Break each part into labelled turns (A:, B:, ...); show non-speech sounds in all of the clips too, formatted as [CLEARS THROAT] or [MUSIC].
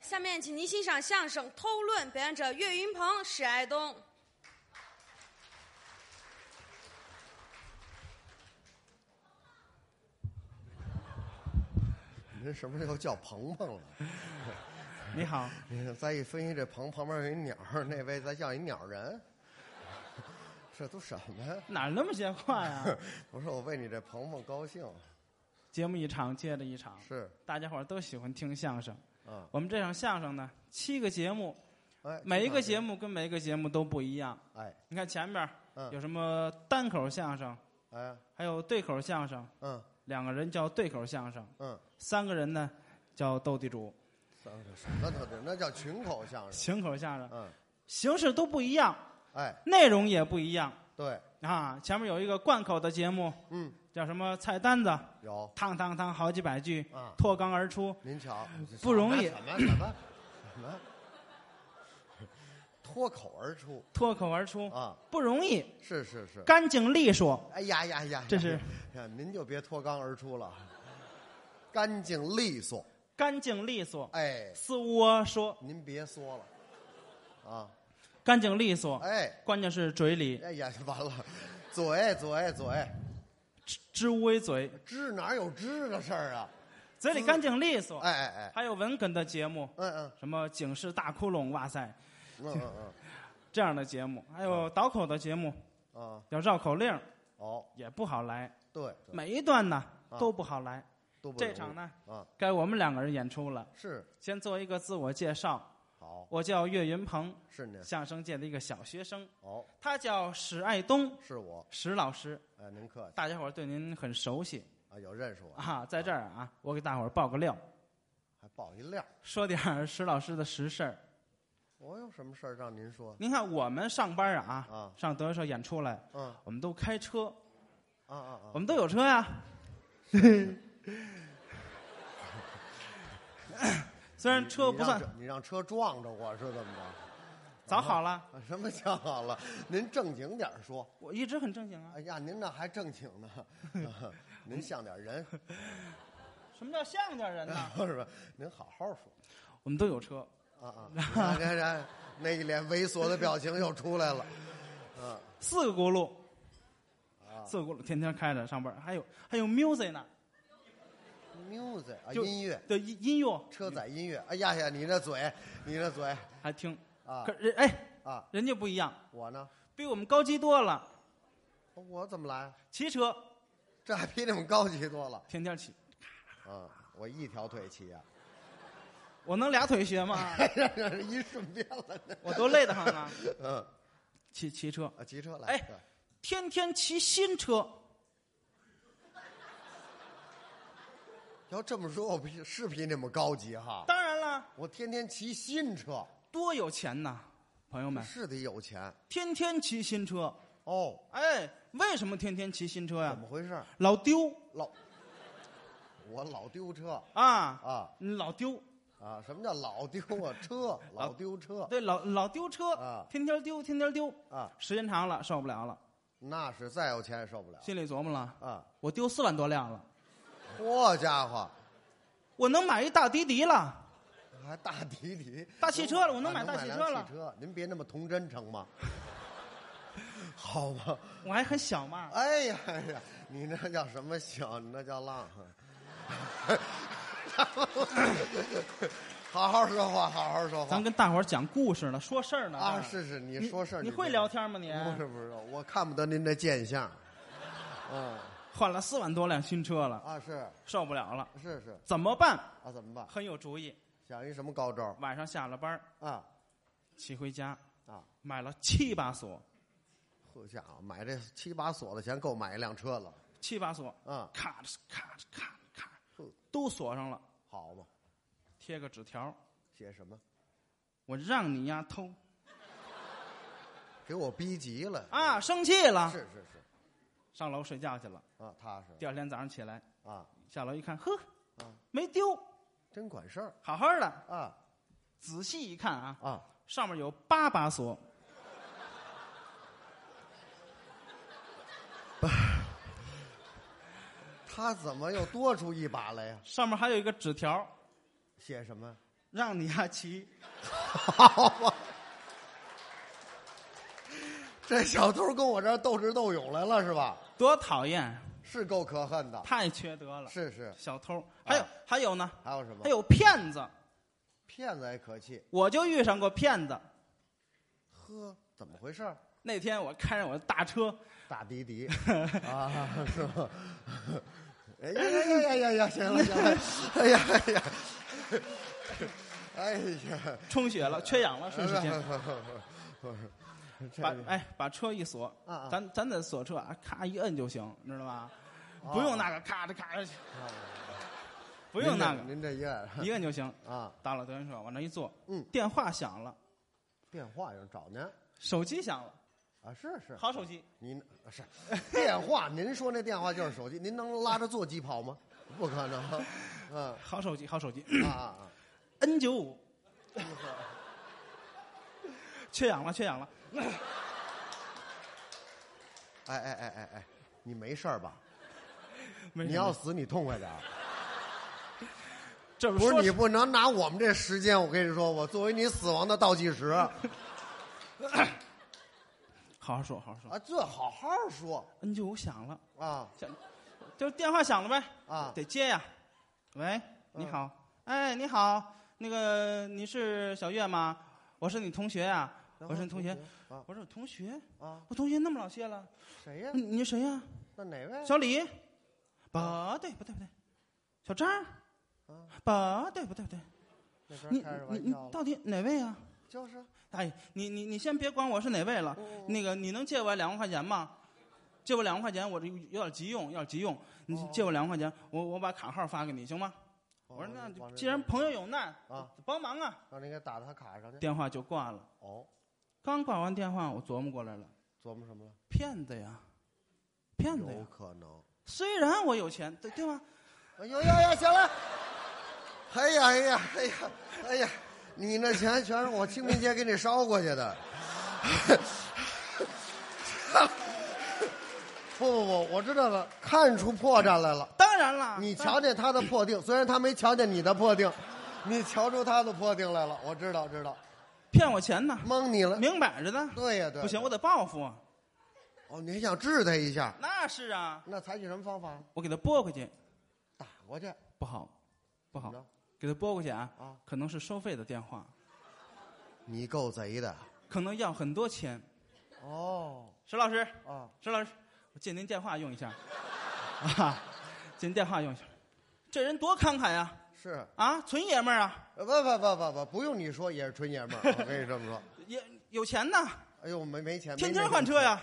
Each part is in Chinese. A: 下面，请您欣赏相声《偷论》，表演者岳云鹏、史爱东。
B: 你这什么时候叫鹏鹏了？ [LAUGHS]
C: 你好，
B: 你看再一分析，这鹏旁边有一鸟儿，那位再叫一鸟人，这都什么呀？
C: 哪儿那么些
B: [LAUGHS]
C: 话呀？
B: 不是我为你这鹏鹏高兴，
C: 节目一场接着一场，
B: 是
C: 大家伙儿都喜欢听相声。
B: 啊，
C: 我们这场相声呢，七个节目，
B: 哎，
C: 每一个节
B: 目，
C: 目跟每一个节目都不一样。
B: 哎
C: 你看前面
B: 嗯
C: 有什么单口相声，
B: 哎
C: 还有对口相声，
B: 嗯
C: 两个人叫对口相声，
B: 嗯，
C: 三个人呢叫斗地主，
B: 三个什么都是，那叫群口相声，
C: 群口相声，
B: 嗯，
C: 形式都不一样，
B: 哎
C: 内容也不一样
B: 对，
C: 啊。前面有一个贯口的节目，
B: 嗯，
C: 叫什么菜单子，
B: 有
C: 汤汤汤好几百句，
B: 啊，
C: 脱纲而出。
B: 您瞧，
C: 不容易
B: 什么什么什么脱口而出
C: 脱口而出，
B: 啊，
C: 不容易，
B: 是是是，
C: 干净利索。
B: 哎呀呀呀，哎
C: 这是
B: 呀，您就别脱肛而出了，干净利索。
C: 干净利索，
B: 哎，
C: 似窝说
B: 您别说了，啊，
C: 干净利索，
B: 哎，
C: 关键是嘴里
B: 哎呀，完了，嘴嘴嘴，
C: 支支吾为嘴，
B: 知哪有知的事儿啊？
C: 嘴里干净利索。
B: 哎哎哎，
C: 还有文哏的节目，
B: 嗯嗯
C: 什么警示大窟窿，哇塞，
B: 嗯嗯
C: 这样的节目，还有倒口的节目，
B: 嗯，啊，
C: 有绕口令，
B: 哦，
C: 也不好来，
B: 对，对
C: 每一段呢
B: 啊
C: 都不好来。
B: 都不
C: 这
B: 容易
C: 场呢，
B: 啊，
C: 该我们两个人演出了。
B: 是
C: 先做一个自我介绍，
B: 好
C: 我叫岳云鹏，
B: 是您，
C: 相声界的一个小学生，
B: 哦，
C: 他叫史爱东，
B: 是我，
C: 史老师。
B: 哎，您客气
C: 大家伙儿对您很熟悉
B: 啊，有认识我，
C: 啊，在这儿啊，我给大伙儿爆个料，
B: 还爆一料，
C: 说点儿石老师的实事儿。
B: 我有什么事儿让您说
C: 您看我们上班儿啊，
B: 啊？
C: 上德云社演出来，
B: 嗯啊
C: 我们都开车，
B: 啊啊
C: 我，们都有车呀。 [LAUGHS] 虽然车不算
B: 你让车你让车撞着我是怎么着？
C: 早好了，
B: 啊什么叫好了？您正经点儿说。
C: 我一直很正经啊。
B: 哎呀，您那还正经
C: [LAUGHS]
B: 呢，啊您像点人，
C: 什么叫像点人呢？
B: 是吧？您好好说
C: [LAUGHS] 我们都有车，
B: 啊啊！看看看，那一脸猥琐的表情又出来了。
C: 四个轱辘，
B: 啊
C: 四个轱辘天天开着上班儿，还有还有 music 呢，
B: Music 啊，
C: 就
B: 音乐，
C: 对音音乐
B: 车载音乐。哎呀呀，你那嘴，你那嘴
C: 还听。
B: 啊
C: 可人哎，
B: 啊！
C: 人家不一样，
B: 我呢？
C: 比我们高级多了。
B: 我怎么来？
C: 骑车
B: 这还比你们高级多了
C: 天天骑，
B: 啊！我一条腿骑啊 [LAUGHS] 呀，
C: 我能俩腿学 [LAUGHS] 吗？
B: 让人一顺便了呢。
C: 我都累得慌啊！
B: 嗯，
C: [LAUGHS] 骑骑车，
B: 啊，骑车来。
C: 哎
B: 对，
C: 天天骑新车，
B: 要这么说，我比是比你们高级哈。
C: 当然了，
B: 我天天骑新车，
C: 多有钱呐，朋友们，
B: 是得有钱
C: 天天骑新车。
B: 哦。
C: 哎，为什么天天骑新车呀
B: 怎？么回事？
C: 老丢
B: 老，我老丢车
C: 啊，
B: 啊
C: 你老丢，
B: 啊！什么叫老丢啊？车老丢车
C: 对，老老丢车
B: 啊，
C: 天天丢，天天丢，
B: 啊，
C: 时间长了受不了了，
B: 那是再有钱也受不了
C: 心里琢磨了，
B: 啊！
C: 我丢四万多辆了，
B: 好家伙，
C: 我能买一大迪迪了，
B: 还大迪迪、
C: 大汽车了我能
B: 啊
C: 买
B: 买
C: 大汽车了
B: 辆汽车，您别那么童真成吗？ [LAUGHS] 好吗？
C: 我还很小嘛。
B: 哎呀哎呀，你那叫什么小？你那叫浪。 [LAUGHS] 好好说话，好好说话。
C: 咱跟大伙儿讲故事呢，说事儿呢
B: 啊，是是，你说事儿，
C: 你
B: 别
C: 会聊天吗你
B: 不是不是，我看不得您这贱相。嗯
C: 换了四万多辆新车了，
B: 啊，是
C: 受不了了，
B: 是是
C: 怎么办？
B: 啊，怎么办？
C: 很有主意，
B: 想一什么高招
C: 晚上下了班儿
B: 啊
C: 骑回家，
B: 啊？
C: 买了七把锁，
B: 好家伙，买这七八锁的钱够买一辆车了
C: 七把锁，
B: 啊？
C: 咔哧咔哧咔哧咔
B: 呵
C: 哧，都锁上了，
B: 好嘛，
C: 贴个纸条儿，
B: 写什么？
C: 我让你丫偷
B: 给我逼急了！
C: 啊，生气了
B: 是，是是
C: 上楼睡觉去了。
B: 啊，踏实
C: 第二天早上起来，
B: 啊，
C: 下楼一看，呵
B: 啊，
C: 没丢，
B: 真管事儿
C: 好好的。
B: 啊
C: 仔细一看啊，
B: 啊！
C: 上面有八把锁，
B: 他怎么又多出一把来呀？ [LAUGHS]
C: 上面还有一个纸条儿，
B: 写什么？
C: 让你啊骑。
B: 好吧。这小偷跟我这儿斗智斗勇来了是吧？
C: 多讨厌，啊
B: 是够可恨的，
C: 太缺德了。
B: 是是。
C: 小偷，还有、
B: 啊
C: 还有呢，
B: 还有什么？
C: 还有骗子，
B: 骗子还可气，
C: 我就遇上过骗子。
B: 呵，怎么回事
C: [LAUGHS]
B: 儿？
C: 那天我开着我的大车，
B: 大滴
C: [LAUGHS]
B: 滴啊，是吧？哎呀呀呀呀呀！行了行了，哎呀哎呀，哎呀，
C: 充血了，缺氧了，瞬时间
B: [LAUGHS] 这 [LAUGHS]
C: 把哎把车一锁，
B: 啊啊
C: 咱咱得锁车啊，咔一摁就行，你知道吧？
B: 哦
C: 不用那个咔的咔的，不用那个，
B: 您这您这一按
C: 一摁就行。
B: 啊，
C: 到了德云社往那一坐，
B: 嗯
C: 电话响了，
B: 电话有人找您啊，
C: 手机响了，
B: 是是，
C: 好手机，
B: 您是 [LAUGHS] 电话，您说那电话就是手机，您能拉着座机跑吗？ [LAUGHS] 不可能，嗯
C: 好手机，好手机 [CLEARS THROAT]
B: 啊啊
C: ，N 九五，
B: [LAUGHS]
C: 缺氧了，缺氧了，
B: 啊，哎哎哎哎哎，你没事儿吧？
C: 没
B: 你
C: 什么
B: 要死你痛快点儿。
C: 这
B: 不是
C: 说
B: 你不能拿我们这时间，我跟你说，我作为你死亡的倒计时啊，
C: 好好说，好好说嗯
B: 这好好说
C: ，N 九五响了，
B: 啊
C: 响，就是电话响了呗，
B: 啊嗯
C: 得接呀。喂，你好，哎，你好，那个你是小月吗？我是你同学呀、我是你同学。
B: 啊
C: 我说我同学，
B: 啊，
C: 我同学那么老些了，
B: 谁呀
C: 你？你谁呀、
B: 那哪位？
C: 嗯小李，不对不对不对，小张儿，
B: 啊，
C: 不对不对不对，
B: 那
C: 你
B: 边开着
C: 你
B: 玩
C: 你
B: 笑了，
C: 到底哪位啊？
B: 就是
C: 哎，你你你先别管我是哪位了，
B: 嗯
C: 那个你能借我两万块钱吗？借我两万块钱，我这有点急用，有点急用，你
B: 哦
C: 借我两万块钱，我我把卡号发给你行吗？
B: 哦
C: 我说那
B: 往这
C: 既然
B: 边
C: 朋友有难
B: 啊，
C: 帮忙啊，
B: 让您给打他卡上去。
C: 电话就挂了。
B: 哦，
C: 刚挂完电话，我琢磨过来了，
B: 琢磨什么了？
C: 骗子呀，骗子
B: 有
C: 呀！
B: 可能。
C: 虽然我有钱，对对吧？
B: 哎呦呀呀，行了。哎呀哎呀哎呀哎呀，你那钱全是我清明节给你烧过去的。 [LAUGHS] 不不不，我知道了，看出破绽来了。
C: 当然啦，
B: 你
C: 当然
B: 瞧见他的破腚，虽然他没瞧见你的破腚，你瞧出他的破腚来了。我知道，知道，
C: 骗我钱呢，
B: 蒙你了。
C: 明摆着的，
B: 对呀、对。
C: 不行，我。得报复啊。
B: 哦，你还想治他一下？
C: 那是啊，
B: 那采取什么方法？
C: 我给他拨回去，
B: 打过去。
C: 不好，不
B: 怎么
C: 好，
B: 着？
C: 给他拨过去啊，
B: 啊
C: 可能是收费的电话，
B: 你够贼的。
C: 可能要很多钱。
B: 哦
C: 石老师，
B: 啊，
C: 石老师，我借您电话用一下，啊，借您电话用一下。这人多慷慨呀、
B: 是。
C: 啊，纯爷们儿啊，
B: 呃不不不不不，不用你说，也是纯爷们儿。我跟你这么说，
C: 也有钱呐，
B: 哎呦，没没钱，没
C: 天天
B: 没
C: 换车呀、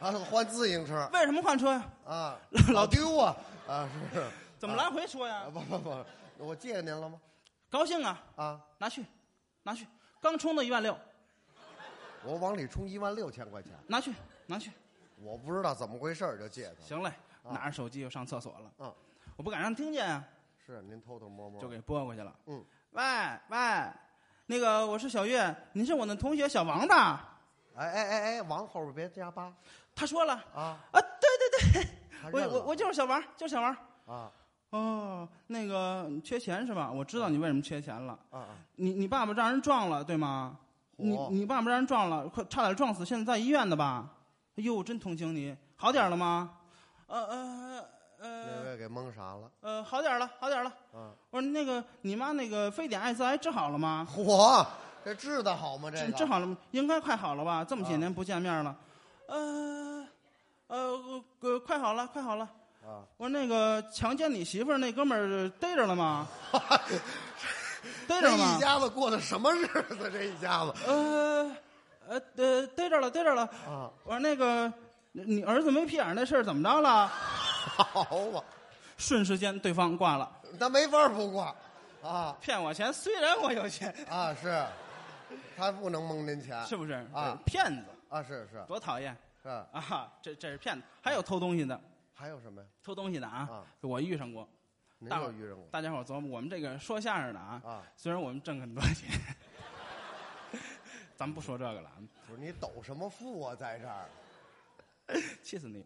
B: 啊，换自行车
C: 为什么换车呀、
B: 啊，
C: 老
B: 丢啊啊，是
C: [LAUGHS] 怎么
B: 啊
C: 来回说呀、
B: 啊，不不不，我借您了吗？
C: 高兴啊，
B: 啊，
C: 拿去，拿去，刚充的一万六，
B: 我往里充一万六千块钱，
C: 拿去，拿去。
B: 我不知道怎么回事儿就借他。
C: 行嘞，
B: 啊
C: 拿着手机又上厕所了。
B: 嗯，
C: 我不敢让听见啊，
B: 是您偷偷摸摸
C: 就给拨过去了。
B: 嗯，
C: 喂喂，那个我是小月，您是我的同学小王吧？
B: 哎哎哎哎，往后边别加八
C: 他说了
B: 啊，
C: 啊，对对对，
B: 他
C: 我
B: 认
C: 我
B: 了
C: 我就是小王，就是小王。
B: 啊
C: 哦，那个你缺钱是吧？我知道你为什么缺钱了。
B: 啊啊，
C: 你你爸爸让人撞了对吗？你
B: 嚯
C: 你爸爸让人撞了，快差点撞死，现在在医院的吧？哎呦，真同情你，好点了吗？呃呃
B: 那
C: 呃
B: 位给蒙傻了
C: 呃，好点了，好点了。
B: 啊，
C: 我说那个你妈那个非典艾滋癌治好了吗？
B: 我这治的好吗？这
C: 治
B: 个 [LAUGHS]
C: 治好了吗？应该快好了吧？这么
B: 啊
C: 些年不见面了，呃呃呃，快好了，快好了。
B: 啊，
C: 我说那个强奸你媳妇儿那哥们儿逮着
B: [LAUGHS]
C: 了吗？逮着
B: 这
C: 了吗
B: 一？家子过的什么日子？这一家子
C: 呃呃呃，逮着了，逮着了。
B: 啊， [LAUGHS]
C: 我说那个你你儿子没屁眼儿那事儿怎么着了？
B: 好吧。
C: 瞬时间对方挂了，
B: 他没法不挂，啊
C: 骗我钱，虽然我有钱，
B: 啊是，他不能蒙您钱，
C: 是不是？
B: 啊
C: 骗子
B: 啊是是
C: 多讨厌
B: 是，
C: 啊！这这是骗子，还有偷东西的，
B: 还有什么呀？
C: 偷东西的啊，
B: 啊
C: 我遇上过。
B: 您
C: 大伙
B: 有
C: 儿
B: 遇上过
C: 大家伙儿琢磨，我们这个说相声的啊，
B: 啊？
C: 虽然我们挣很多钱，咱们不说这个了，啊
B: 不是你抖什么富啊，在这儿？
C: 气死你！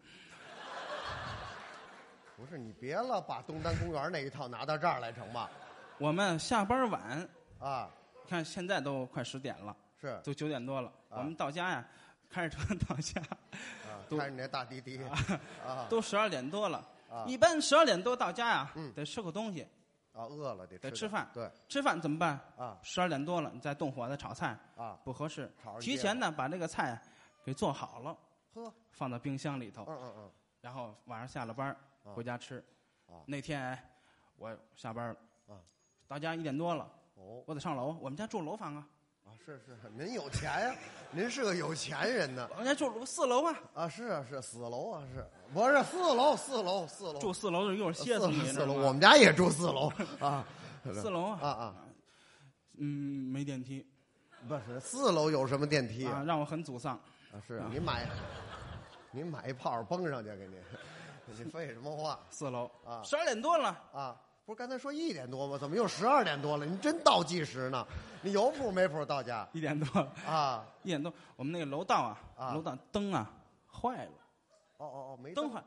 B: 不是你别了，把东单公园那一套拿到这儿来成吧？
C: 我们下班晚，
B: 啊，
C: 你看现在都快十点了，
B: 是啊，
C: 都九点多了，
B: 啊
C: 我们到家呀，开着车 [LAUGHS] 到家，
B: 哎
C: 都
B: 看着你那大滴滴啊，
C: 都十二点多了。
B: 啊
C: 一般十二点多到家呀
B: 嗯，
C: 得吃口东西。
B: 啊，饿了得
C: 得
B: 吃
C: 吃
B: 点
C: 饭
B: 对
C: 吃饭怎么办？
B: 啊
C: 十二点多了，你再动火再炒菜
B: 啊，
C: 不合适
B: 炒。着
C: 提
B: 接
C: 前呢把这个菜给做好了，
B: 呵，
C: 放到冰箱里头
B: 嗯，嗯嗯，
C: 然后晚上下了班儿
B: 啊
C: 回家吃
B: 啊。
C: 那天哎我下班了
B: 啊，
C: 到家一点多了，
B: 哦
C: 我得上楼。我们家住楼房啊，
B: 啊，是是，您有钱呀，您是个有钱人呢
C: 我们家住楼四楼啊，
B: 啊，是啊是死楼啊是，不是四楼四楼四楼
C: 住四楼就一会儿
B: 哦四
C: 歇死你，
B: 四楼，
C: 知道
B: 我
C: 吗
B: 们家也住四楼啊，
C: 四楼
B: 啊
C: 啊，
B: 啊，
C: 嗯，没电梯
B: 不是四楼有什么电梯
C: 啊，
B: 啊？
C: 让我很沮丧。
B: 啊是您买，您买一炮崩上去给您，你废什么话
C: 四楼
B: 啊
C: 十二点多了，
B: 啊？不是刚才说一点多吗？怎么又十二点多了？您真倒计时呢？你有谱没谱到家
C: 一点多 [LAUGHS] 了，
B: 啊？
C: 一点多，我们那个楼道啊，
B: 啊
C: 楼道灯啊坏了。
B: 哦哦哦，没
C: 灯坏，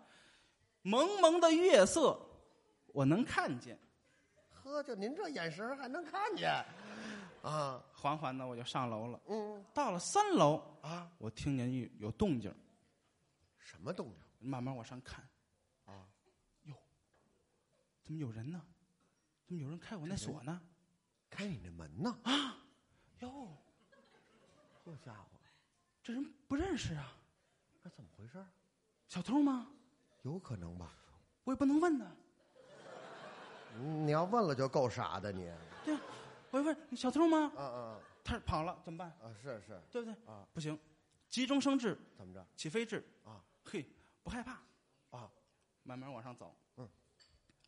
C: 蒙蒙的月色，我能看见。
B: 呵，就您这眼神儿还能看见啊？
C: 缓缓的我就上楼了，
B: 嗯
C: 到了三楼，
B: 啊，
C: 我听见一有动静儿，
B: 什么动静
C: 慢慢往上看，
B: 啊？
C: 怎么有人呢？怎么有人开我那锁呢？
B: 开你那门呢？
C: 哟，
B: 这家伙，
C: 这人不认识啊，
B: 这怎么回事儿？
C: 小偷吗？
B: 有可能吧？
C: 我也不能问呢。
B: 嗯你要问了就够傻的你。
C: 对呀、我一问你小偷吗？
B: 啊啊
C: 他跑了怎么办？
B: 啊！是是
C: 对不对？
B: 啊，
C: 不行，急中生智，
B: 怎么着
C: 起飞智
B: 啊？
C: 嘿，不害怕，
B: 啊？
C: 慢慢往上走。
B: 嗯，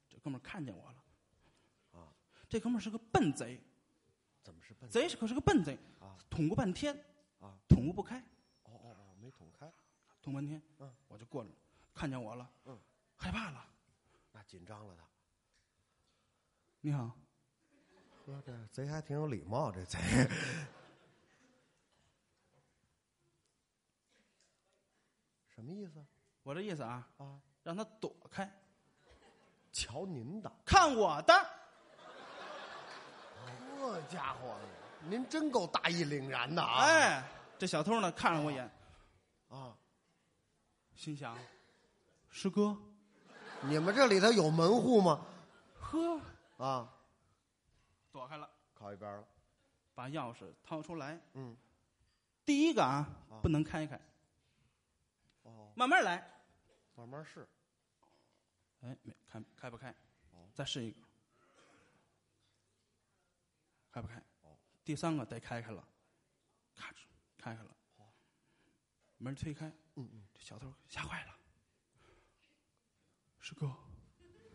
C: 这哥们儿看见我了，
B: 啊，
C: 这哥们儿是个笨贼。
B: 怎么是笨
C: 贼是可是个笨贼
B: 啊，
C: 捅咕半天
B: 啊，
C: 捅咕不开，
B: 哦哦哦，没捅开，
C: 捅半天，
B: 嗯，
C: 我就过来了，看见我了，
B: 嗯，
C: 害怕了。
B: 那紧张了他。
C: 你好，
B: 说这贼还挺有礼貌，这 [LAUGHS] 贼。什么意思
C: 我这意思啊，
B: 啊？
C: 让他躲开，
B: 瞧您的，
C: 看我的。
B: 这家伙，您真够大义凛然的啊！
C: 哎，这小偷呢看了我一眼，
B: 啊，
C: 心想，师哥，
B: 你们这里头有门户吗？
C: 呵，
B: 啊，
C: 躲开了，
B: 靠一边了。
C: 把钥匙掏出来。
B: 嗯，
C: 第一个啊
B: 啊，
C: 不能开开，
B: 哦，
C: 慢慢来。
B: 慢慢试。
C: 哎，没开开不开
B: 哦？
C: 再试一个，开不开
B: 哦？
C: 第三个得开开了，咔哧开开了
B: 哦，
C: 门推开，
B: 嗯嗯，
C: 这小偷吓坏了。师哥，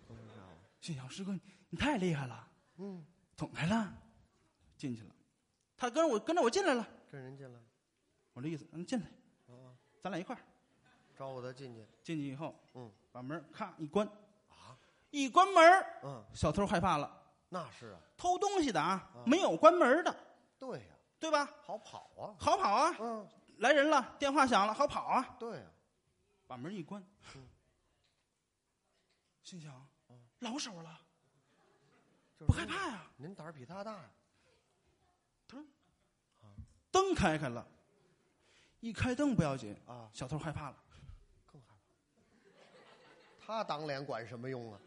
B: 都是这样的
C: 心想师哥你你太厉害了，
B: 嗯，
C: 捅开了，进去了，他跟我跟着我进来了，
B: 跟人进来了
C: 我这意思，嗯，进来，
B: 啊啊，
C: 咱俩一块儿
B: 招呼他进去。
C: 进去以后，
B: 嗯，啊
C: 把门咔一关，一关门儿，
B: 嗯，
C: 小偷害怕了，
B: 那是啊，
C: 偷东西的啊
B: 啊
C: 没有关门的，
B: 对呀、
C: 对吧？
B: 好跑啊。
C: 好跑啊！
B: 嗯，
C: 来人了，电话响了，好跑啊！
B: 对呀、
C: 把门一关
B: 嗯，
C: 心想
B: 嗯
C: 老手了，
B: 就是
C: 不害怕呀、
B: 您胆儿比他大呀、
C: 灯开开了，一开灯不要紧，
B: 啊，
C: 小偷害怕了，
B: 更害怕。他挡脸管什么用啊？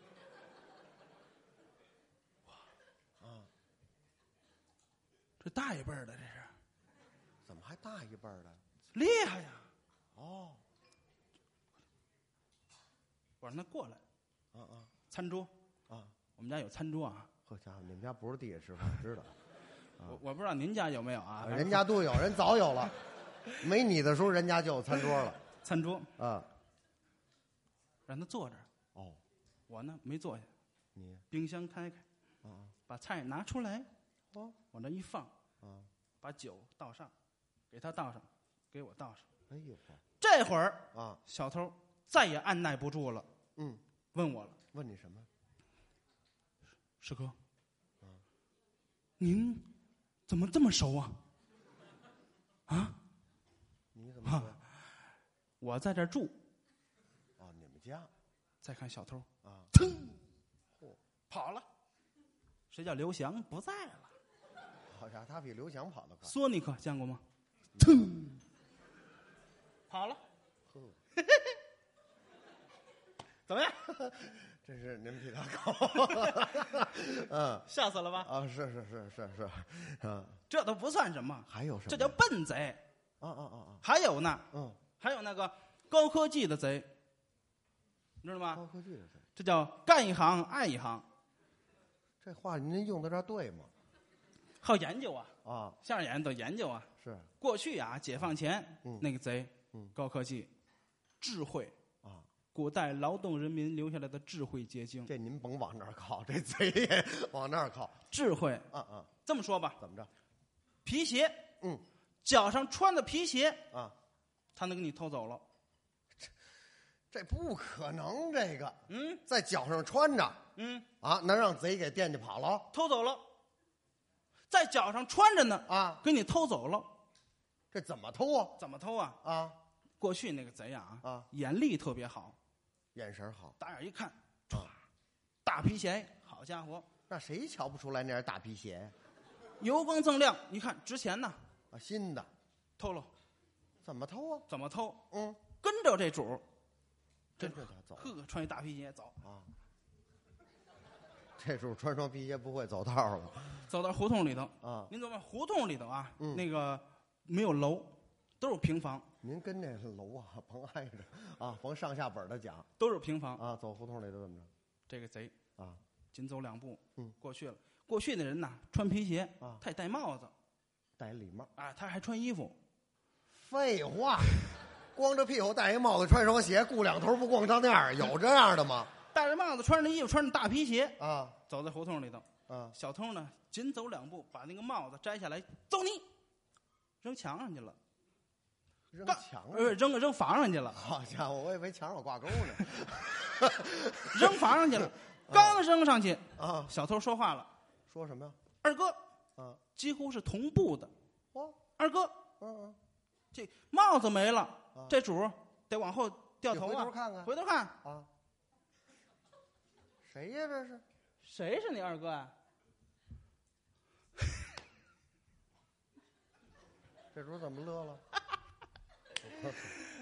C: 这大一辈儿的这是
B: 怎么还大一辈儿的？
C: 厉害呀、
B: 哦，
C: 我让他过来，
B: 啊啊
C: 餐桌，
B: 啊！
C: 我们家有餐桌啊，
B: 好家伙，你们家不是地下吃饭，知道？啊
C: 我我不知道您家有没有啊，
B: 人家都有，人早有了，没你的时候，人家就有餐桌了。
C: 餐桌
B: 啊，
C: 让他坐着，
B: 哦，
C: 我呢没坐下，
B: 你
C: 冰箱开开，
B: 啊啊
C: 把菜拿出来，
B: 哦
C: 往那一放，
B: 啊！
C: 把酒倒上，给他倒上，给我倒上，
B: 哎呦
C: 这会儿。
B: 呵啊，
C: 小偷再也按耐不住了，
B: 嗯，
C: 问我了
B: 问你什么？：“
C: 师哥
B: 嗯，
C: 您怎么这么熟啊？
B: 你怎么说？
C: 我在这儿住。
B: 哦，你们家”
C: 再看小偷，
B: 啊？
C: 噌
B: 嚯，啊
C: 跑了。谁叫刘翔不在了？
B: 跑啥？他比刘翔跑得快。
C: 索尼克见过吗？
B: 嗯 [LAUGHS]
C: 腾，跑了，
B: 呵，
C: 怎么样？
B: [LAUGHS] 真是您比他高。 [LAUGHS] 嗯，
C: 吓死了吧？
B: 啊，是是是是是，嗯，
C: 这都不算什么，
B: 还有什么？
C: 这叫笨贼。
B: 啊啊啊啊，
C: 还有呢，
B: 嗯，
C: 还有那个高科技的贼，你知道吗？
B: 高科技的事儿
C: 这叫干一行爱一行，
B: 这话您用到这儿对吗？
C: 好研究啊，
B: 啊，
C: 相声演员都研究啊。
B: 是
C: 过去啊，解放前、
B: 嗯
C: 那个贼，
B: 嗯
C: 高科技、智慧，
B: 啊，
C: 古代劳动人民留下来的智慧结晶。
B: 这您甭往那儿靠，这贼也往那儿靠。
C: 智慧
B: 啊啊，
C: 这么说吧，
B: 怎么着？
C: 皮鞋，
B: 嗯，
C: 脚上穿的皮鞋，
B: 啊，
C: 他能给你偷走了。
B: 这不可能，这个
C: 嗯
B: 在脚上穿着
C: 嗯，
B: 啊，能让贼给惦记跑了
C: 偷走了，在脚上穿着呢，
B: 啊？
C: 给你偷走了，
B: 这怎么偷啊？
C: 怎么偷啊？
B: 啊
C: 过去那个贼啊，
B: 啊，
C: 眼力特别好，
B: 眼神好，
C: 打眼一看，
B: 啊
C: 唰，大皮鞋，好家伙，
B: 那谁瞧不出来那是大皮鞋
C: 油光锃亮，你看值钱呢，
B: 啊？新的，
C: 偷了，
B: 怎么偷啊？
C: 怎么偷？
B: 嗯，
C: 跟着这主儿，这
B: 跟着他走
C: 呵，穿一大皮鞋走，
B: 啊。这时候穿双皮鞋不会走道儿了
C: 走到胡同里头，
B: 啊！
C: 您琢磨胡同里头啊，
B: 嗯
C: 那个没有楼，都是平房，
B: 您跟那楼啊甭挨着啊，甭上下本儿的讲
C: 都是平房。
B: 啊，走胡同里头怎么着
C: 这个贼
B: 啊？
C: 紧走两步，
B: 嗯，
C: 过去了。过去的人呐，穿皮鞋
B: 啊
C: 他也戴帽子，
B: 戴礼帽。
C: 啊，他还穿衣服，
B: 废话，光着屁股戴一帽子，穿双鞋，顾两头不逛商店儿，有这样的吗？
C: 戴着帽子，穿着衣服，穿着大皮鞋，
B: 啊
C: 走在胡同里头。
B: 啊！
C: 小偷呢，紧走两步，把那个帽子摘下来，揍你，扔墙上去了，
B: 扔
C: 干
B: 墙上
C: 呃，，扔扔房上
B: [LAUGHS]
C: 去了，
B: 好家伙，我以为墙上有挂钩呢。
C: 扔房上去了，刚扔上去，
B: 啊，
C: 小偷说话了
B: 说什么呀？：“
C: 二哥，
B: 啊，
C: 几乎是同步的，
B: 哇，
C: 二哥，
B: 嗯嗯，
C: 这帽子没了，
B: 啊
C: 这主儿得往后掉
B: 你
C: 头
B: 回
C: 啊，
B: 头看看
C: 回头看，
B: 啊，谁呀这是？
C: 谁是你二哥啊？
B: 这主怎么乐了？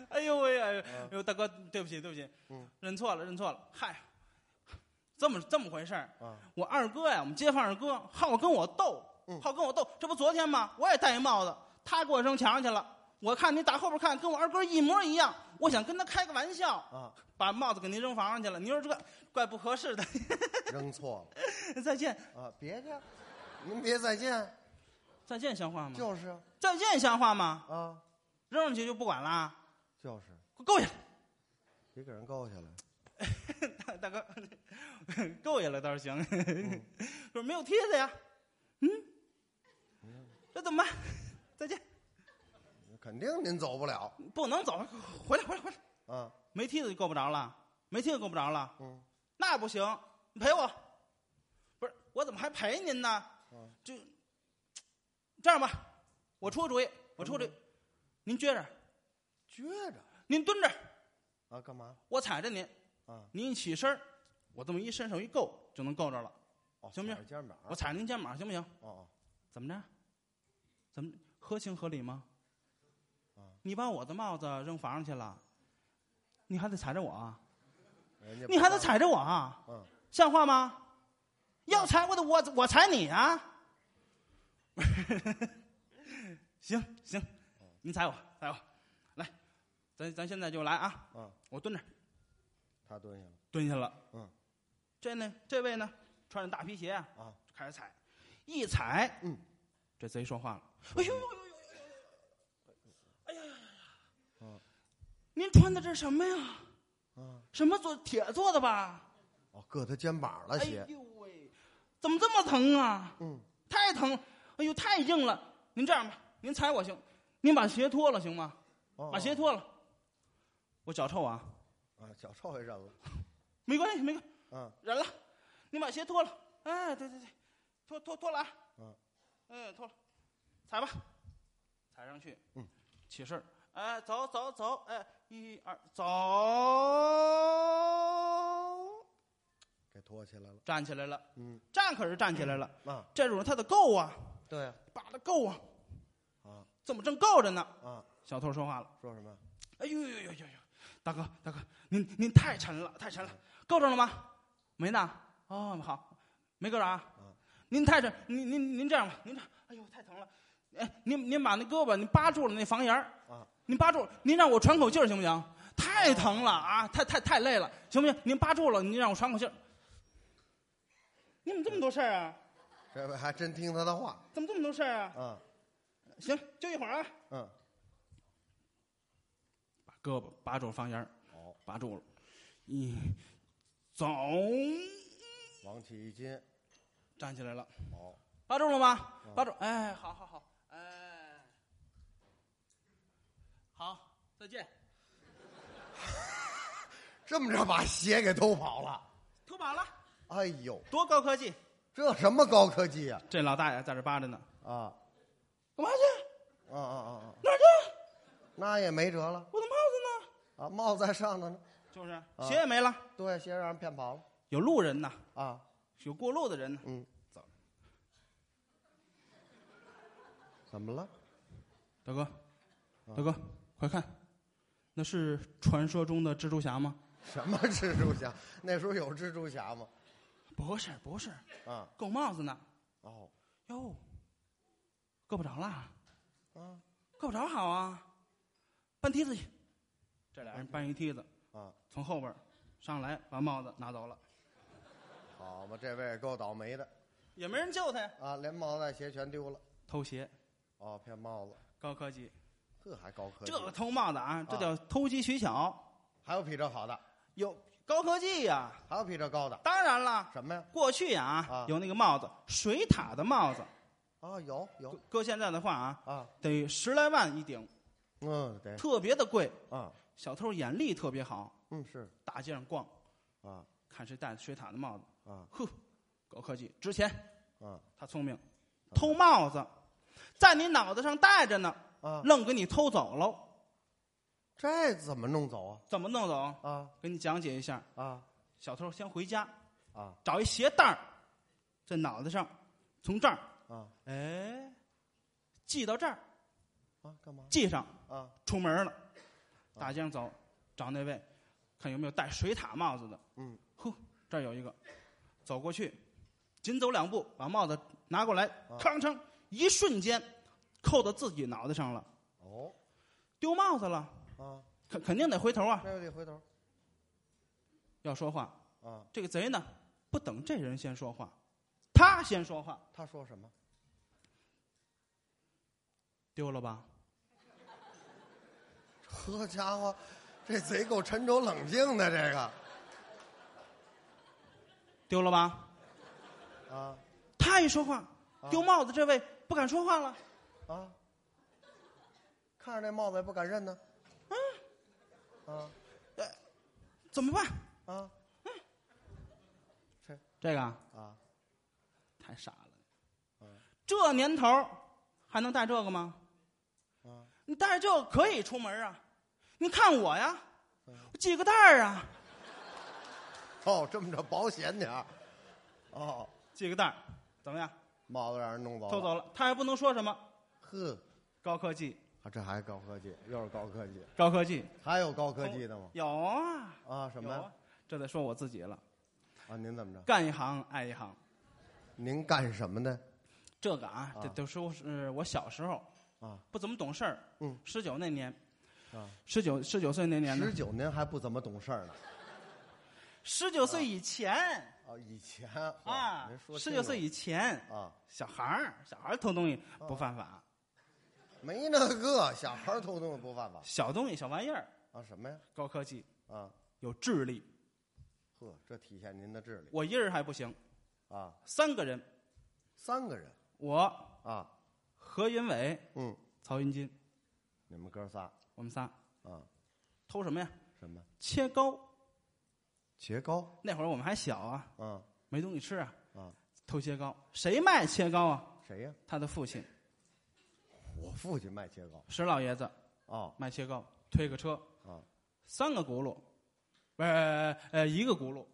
C: 哎呦喂，哎呦，
B: 啊
C: 哎呦大哥，对不起，对不起，
B: 嗯
C: 认错了，认错了，嗨，这么这么回事儿，
B: 啊，
C: 我二哥呀，我们街坊二哥好跟我斗，
B: 嗯
C: 好跟我斗。这不昨天吗？我也戴一帽子，他给我扔墙上去了。我看你打后边看，跟我二哥一模一样。我想跟他开个玩笑，
B: 啊，
C: 把帽子给您扔房上去了。您说这怪不合适的。 [LAUGHS]
B: 扔错
C: 再见，
B: 了啊！别介，您别再见，
C: 再见，像话吗？
B: 就是
C: 再见，像话吗？
B: 啊，
C: 扔上去就不管啦，
B: 就是，
C: 给我够下
B: 别给人勾下来。
C: 来， [LAUGHS] 大哥，够下来倒是行。 [LAUGHS]
B: 嗯
C: 说没有贴子呀，嗯，这怎么办？ [LAUGHS] 再见，
B: 肯定您走不了
C: 不能走，回来，回来，回来。
B: 啊，
C: 没梯子就够不着了，没梯子够不着了，
B: 嗯，
C: 那不行，你赔我。不是，我怎么还赔您呢？
B: 嗯
C: 就这样吧，我出个主意，我出个主
B: 嗯
C: 意，您撅着，
B: 撅着
C: 您蹲着，
B: 啊，干嘛
C: 我踩着您，
B: 啊？
C: 您一起身儿，我这么一伸手一够就能够着了，
B: 哦，
C: 行不行
B: 踩着肩膀，
C: 我踩着您肩膀行不行？
B: 哦
C: 怎么着？怎么合情合理吗
B: 啊？
C: 你把我的帽子扔房上去了，你还得踩着我啊？
B: 哦，人家
C: 你还
B: 不干
C: 得踩着我啊？
B: 嗯，
C: 像话吗？要踩我的，我我踩你啊！行行，你踩我，踩我，来，咱咱现在就来啊！
B: 嗯，
C: 我蹲着，
B: 他蹲下了。
C: 蹲下了。
B: 嗯，
C: 这呢，这位呢，穿着大皮鞋啊，
B: 啊
C: 开始踩，一踩，
B: 嗯，
C: 这贼说话了，哎呦呦呦呦呦呦呦，哎呀呀呀呀呀
B: 嗯！
C: 您穿的这是什么呀？
B: 啊，
C: 什么做铁做的吧？
B: 哦，硌他肩膀了
C: 哎
B: 鞋。
C: 呦喂，怎么这么疼啊？
B: 嗯，
C: 太疼了，哎呦，太硬了。您这样吧，您踩我行，您把鞋脱了行吗？
B: 哦
C: 把鞋脱了，我脚臭啊，
B: 啊，脚臭也忍了。
C: 没关系，没关系，
B: 嗯，
C: 忍了。您把鞋脱了，哎，对对对，脱脱脱了啊，
B: 嗯，
C: 嗯，脱了，踩吧，踩上去，
B: 嗯，
C: 起身儿，哎，走走走，哎，一二走，
B: 给拖起来了。
C: 站起来了，
B: 嗯，
C: 站可是站起来了，
B: 啊，
C: 这主人他得够啊，
B: 对啊，
C: 扒拉够啊！
B: 啊
C: 怎么正够着呢？
B: 啊，
C: 小偷说话了
B: 说什么？：“
C: 哎呦呦呦呦呦，大哥大哥，您您太沉了，太沉了，够着了吗？没呢。哦，好，没够着啊
B: 嗯。
C: 您太沉，您您您这样吧，您这，哎呦，太疼了。哎，您您把那胳膊您扒住了那房檐儿
B: 啊，
C: 您扒住，您让我喘口气儿行不行？太疼了啊，太太太累了，行不行？您扒住了，您让我喘口气儿。你怎么这么多事儿啊？
B: 这位还真听他的话
C: 怎么这么多事儿啊？
B: 啊，
C: 行，就一会儿啊。
B: 嗯，
C: 把胳膊扒住房檐儿
B: 好，
C: 扒住了，一走，
B: 王起一金，
C: 站起来了，
B: 好，
C: 扒住了吗
B: 嗯？
C: 扒住，哎，好好好，哎，好，再见，
B: 这么着把鞋给偷跑了，
C: 偷跑了，
B: 哎呦，
C: 多高科技！
B: 这什么高科技呀？
C: 这老大爷在这扒着呢，
B: 啊
C: 干嘛去？
B: 啊啊啊啊，
C: 哪儿去？
B: 那也没辙了
C: 我的帽子呢？
B: 啊，帽子在上头呢，
C: 就是鞋也没了，
B: 对，鞋让人骗跑了
C: 有路人呐，
B: 啊，
C: 有过路的人呢，
B: 嗯，走，怎么了？
C: 大哥，大哥，快看，那是传说中的蜘蛛侠吗？
B: 什么蜘蛛侠？那时候有蜘蛛侠吗？
C: 不是，不是，
B: 啊，
C: 狗帽子呢？
B: 哦，
C: 哟，够不着啦，
B: 啊
C: 够不着好啊，搬梯子去。这俩人搬一梯子，
B: 啊，
C: 从后边儿上来，把帽子拿走了，
B: 好嘛，这位也够倒霉的
C: 也没人救他呀。
B: 啊，连帽子带鞋全丢了，
C: 偷鞋，
B: 哦，骗帽子，
C: 高科技，
B: 这还高科技？
C: 这个偷帽子啊，这叫偷机取巧，
B: 还有比这好的，
C: 有高科技呀、
B: 还有比这高的，
C: 当然了，
B: 什么呀？
C: 过去呀
B: 啊
C: 有那个帽子，水獭的帽子，
B: 啊，有有
C: 搁现在的话啊，
B: 啊，
C: 得十来万一顶，
B: 嗯，对
C: 特别的贵。
B: 啊，
C: 小偷眼力特别好，
B: 嗯是
C: 大街上逛，
B: 啊
C: 看谁戴水獭的帽子，
B: 啊
C: 呵，高科技，值钱。
B: 啊
C: 他聪明，偷帽子，在你脑袋上戴着呢，
B: 啊，
C: 愣给你偷走了。
B: 这怎么弄走啊？
C: 怎么弄走？
B: 啊
C: 给你讲解一下。
B: 啊
C: 小偷先回家，
B: 啊
C: 找一鞋带儿，在脑袋上，从这儿，
B: 啊
C: 哎，系到这儿，
B: 啊，干嘛
C: 系上，
B: 啊？
C: 出门了，大街上走，找那位，看有没有戴水獭帽子的。
B: 嗯，
C: 呵，这儿有一个，走过去，紧走两步，把帽子拿过来，吭哧，一瞬间扣到自己脑袋上了，
B: 哦
C: 丢帽子了。
B: 啊，
C: 肯肯定得回头啊！
B: 这位得回头
C: 要说话，
B: 啊，
C: 这个贼呢不等这人先说话，他先说话，
B: 他说什么？ [LAUGHS]
C: 丢了吧？
B: 好家伙，这贼够沉着冷静的这个
C: 丢了吧？
B: 啊
C: 他一说话，
B: 啊
C: 丢帽子这位不敢说话了，
B: 啊，看着那帽子也不敢认呢。啊
C: 怎么办？
B: 啊
C: 这个啊
B: 啊
C: 太傻了
B: 嗯，
C: 这年头儿还能戴这个吗？
B: 啊！
C: 你戴着这个可以出门啊！你看我呀
B: 嗯，
C: 我系个带儿啊，
B: 哦，这么着保险点儿。哦，
C: 系个带儿，怎么样？
B: 帽子让人弄走了。
C: 偷走了，他还不能说什么，
B: 呵，
C: 高科技，
B: 啊这还高科技，又是高科技，
C: 高科技，
B: 还有高科技的吗？
C: 有啊，
B: 啊，什么
C: 有
B: 呀
C: 啊？这得说我自己了。
B: 啊？您怎么着？
C: 干一行爱一行。
B: 您干什么的？
C: 这个啊
B: 啊，
C: 这都说是我小时候
B: 啊
C: 不怎么懂事儿。
B: 嗯，
C: 十九那年，
B: 啊，
C: 十九十九岁那年呢
B: 十，九您还不怎么懂事儿呢。
C: 十九岁以前
B: 哦，以前
C: 啊
B: 您，说
C: 十
B: 清
C: 九
B: 楚
C: 岁以前，
B: 啊，
C: 小孩儿小孩儿偷东西不犯法，
B: 没那个小孩儿偷东西不犯法
C: 小东西小玩意儿，
B: 啊？什么呀？
C: 高科技
B: 啊，
C: 有智力。
B: 呵，这体现您的智力
C: 我一人还不行，
B: 啊。
C: 三个人，
B: 三个人
C: 我
B: 啊，
C: 何云伟、
B: 嗯，
C: 曹云金，
B: 你们哥仨
C: 我们仨
B: 啊，
C: 偷什么呀？
B: 什么
C: 切糕。
B: 切糕
C: 那会儿我们还小啊，
B: 啊？
C: 没东西吃啊，
B: 啊，
C: 偷切糕。谁卖切糕啊？
B: 谁呀？
C: 他的父亲
B: 我父亲卖切糕
C: 石老爷子
B: 哦
C: 卖切糕，推个车，
B: 啊，
C: 三个轱辘，呃呃一个轱辘，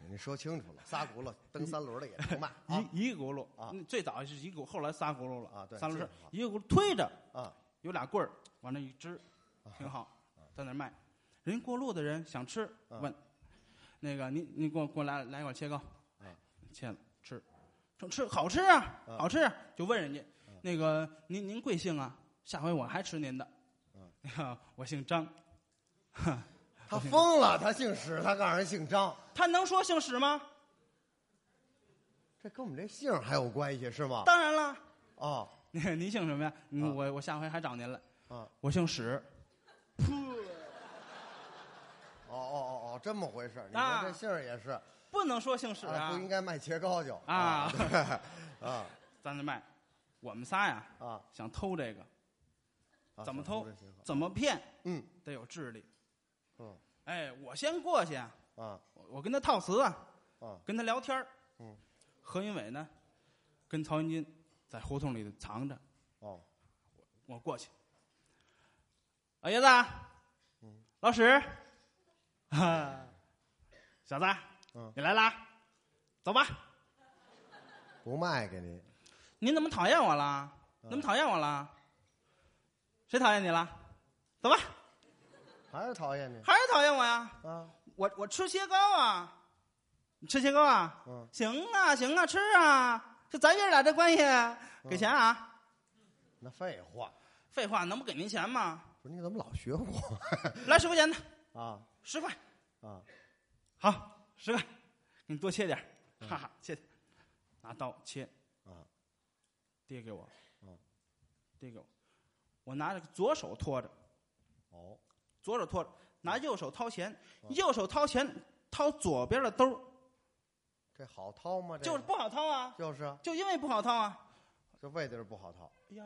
B: 您你说清楚了，仨轱辘蹬三轮的也能卖啊
C: 一一个轱辘
B: 啊
C: 嗯最早是一轱，后来仨轱辘了
B: 啊对
C: 三轮
B: 是
C: 车
B: 啊
C: 一个轱辘推着，
B: 啊！
C: 有俩棍儿往那一支，挺好，在那儿卖。人过路的人想吃，
B: 啊
C: 问那个您您给我给我来来一块切糕，
B: 啊
C: 切了吃，说吃好吃啊，
B: 啊
C: 好吃啊，就问人家那个您您贵姓啊？下回我还吃您的。
B: 啊
C: [LAUGHS] 我姓张， [LAUGHS]
B: 他疯了，他姓史，他告诉人姓张，
C: 他能说姓史吗？
B: 这跟我们这姓儿还有关系是吗？
C: 当然了，
B: 哦
C: [LAUGHS] 您您姓什么呀？嗯
B: 啊
C: 我我下回还找您来。
B: 啊
C: 我姓史，
B: 哦哦哦哦，这么回事儿。你
C: 啊
B: 说这姓儿也是，
C: 不能说姓史
B: 啊
C: 啊
B: 不，应该卖切糕就
C: 啊 [LAUGHS]
B: 对啊
C: 咱那卖。我们仨呀，
B: 啊！
C: 想偷这个，
B: 啊
C: 怎么
B: 小
C: 偷
B: 偷这行好
C: 怎么骗，
B: 嗯
C: 得有智力。
B: 嗯
C: 哎，我先过去，啊，
B: 啊
C: 我我跟他套词啊，
B: 啊
C: 跟他聊天儿
B: 嗯，
C: 何云伟呢，跟曹云金在胡同里藏着，
B: 哦
C: 我过去。老爷子啊，
B: 嗯
C: 老史，啊， [LAUGHS] 小子，啊
B: 嗯
C: 你来啦，走吧。
B: 不卖给你
C: 您怎么讨厌我了？怎么讨厌我了？谁讨厌你了？走吧，
B: 还是讨厌你
C: 还是讨厌我呀？
B: 啊
C: 我我吃切糕啊，你吃切糕啊？
B: 嗯
C: 行啊，行啊，吃啊，就咱爷俩这关系，
B: 嗯
C: 给钱啊？
B: 那废话，
C: 废话，能不给您钱吗？
B: 不是你怎么老学我
C: 来十块钱的，
B: 啊
C: 十块，
B: 啊
C: 好，十块，给你多切点儿，哈哈，切点儿，拿刀切，
B: 啊
C: 递给我，
B: 嗯，
C: 递给我，我拿着左手托着，
B: 哦
C: 左手托着，拿
B: 嗯
C: 右手掏钱，右手掏钱掏左边的兜儿，
B: 这好掏吗？这
C: 就是不好掏啊，
B: 就是啊
C: 就因为不好掏啊。
B: 这位置不好掏
C: 哎呀。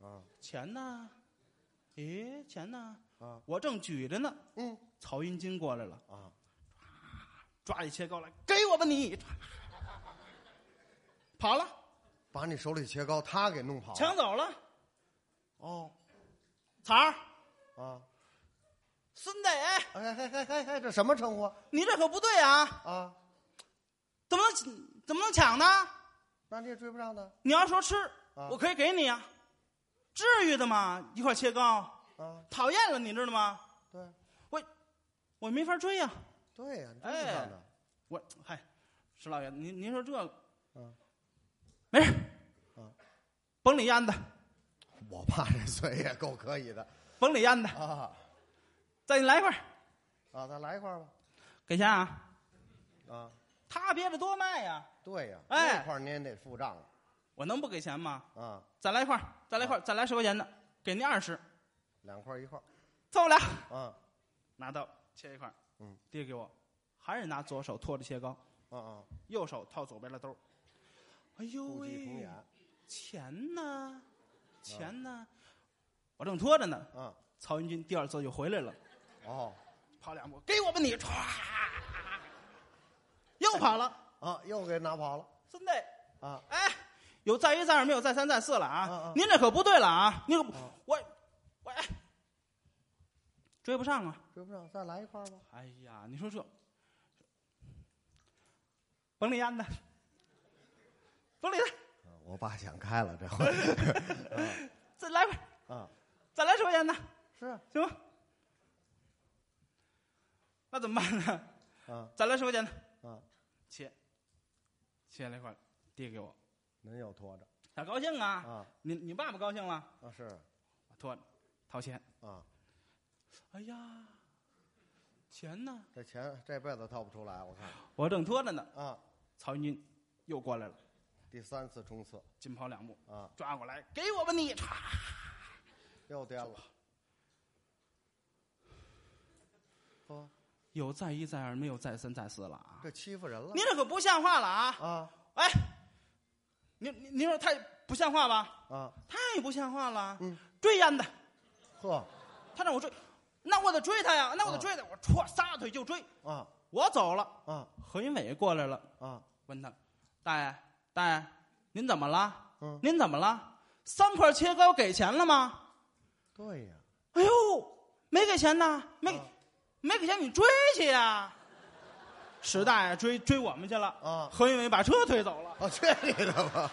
B: 啊
C: 钱呢？咦，钱呢？
B: 啊
C: 我正举着呢。
B: 嗯
C: 曹云金过来了，
B: 啊
C: 抓一切糕来，给我吧你！ [LAUGHS] 跑了，
B: 把你手里切糕他给弄跑了
C: 抢走了。
B: 哦
C: 曹儿
B: 啊
C: 孙子，哎，
B: 哎哎哎哎哎这什么称呼
C: 你这可不对啊！
B: 啊？
C: 怎么能怎么能抢呢？
B: 那你也追不上的
C: 你要说吃，
B: 啊
C: 我可以给你啊，至于的吗？一块切糕，
B: 啊
C: 讨厌了，你知道吗？
B: 对
C: 我没法追呀、
B: 对呀你追不上的
C: 我嗨，石老爷，您您说这个，
B: 嗯，
C: 没事，
B: 嗯，
C: 甭理烟的，
B: 我爸这嘴也够可以的
C: 甭理烟的，
B: 啊
C: 再给你来一块儿，
B: 啊咱来一块儿吧
C: 给钱啊！
B: 啊
C: 他憋着多卖呀、
B: 对呀
C: 哎
B: 那块儿您也得付账了
C: 我能不给钱吗？
B: 啊
C: 再来一块儿，再来一块儿，再来十块钱的，给您二十，
B: 两块儿一块
C: 凑不了。
B: 儿啊
C: 拿刀切一块儿，
B: 嗯，
C: 递给我，还是拿左手托着切糕，
B: 啊啊
C: 右手套左边的兜儿。哎呦
B: 故伎重
C: 喂
B: 演，
C: 钱呢？钱呢？我正拖着呢，
B: 啊
C: 曹云金第二次就回来了。
B: 哦
C: 跑两步，给我吧你，歘，又跑了。
B: 啊又给拿跑了
C: 孙子，
B: 啊
C: 哎，有再一再二，没有再三再四了啊！
B: 嗯嗯
C: 您这可不对了啊！您可不、
B: 嗯
C: 我我哎，追不上啊！
B: 追不上再来一块儿吧
C: 哎呀，你说这，甭理烟的，甭理他，
B: 啊我爸想开了这回
C: 再来会儿，
B: [LAUGHS] 啊
C: 再来十块钱的，
B: 是啊
C: 行吗？那怎么办呢？
B: 啊
C: 再来十块钱的，
B: 啊
C: 切，切了一块儿，递给我，
B: 您又拖着
C: 他高兴啊！
B: 啊
C: 你你爸爸高兴了，
B: 啊是
C: 我托着掏钱。
B: 啊
C: 哎呀，钱呢？
B: 这钱这辈子掏不出来我看
C: 我正拖着呢，
B: 啊
C: 曹云金又过来了，
B: 第三次冲刺
C: 紧跑两步，
B: 啊
C: 抓过来，给我吧你！唰
B: 又颠了啊
C: 有再一再二，没有再三再四了啊！
B: 这欺负人了
C: 您这可不像话了啊！
B: 啊
C: 哎，您您您说太不像话吧？
B: 啊
C: 太不像话了！
B: 嗯
C: 追烟的，
B: 呵
C: 他让我追，那我得追他呀，那我得
B: 啊
C: 追他，我歘撒腿就追。
B: 啊
C: 我走了，
B: 啊
C: 何云伟过来了。
B: 啊
C: 问他：“大爷，大爷，您怎么了？
B: 嗯
C: 您怎么了？三块切糕给钱了吗？
B: 对呀
C: 哎呦，没给钱呐，没、
B: 啊
C: 没给钱，你追去呀！史大爷追追我们去了
B: 啊
C: 何云伟把车推走了。
B: 啊哦，这里的吧？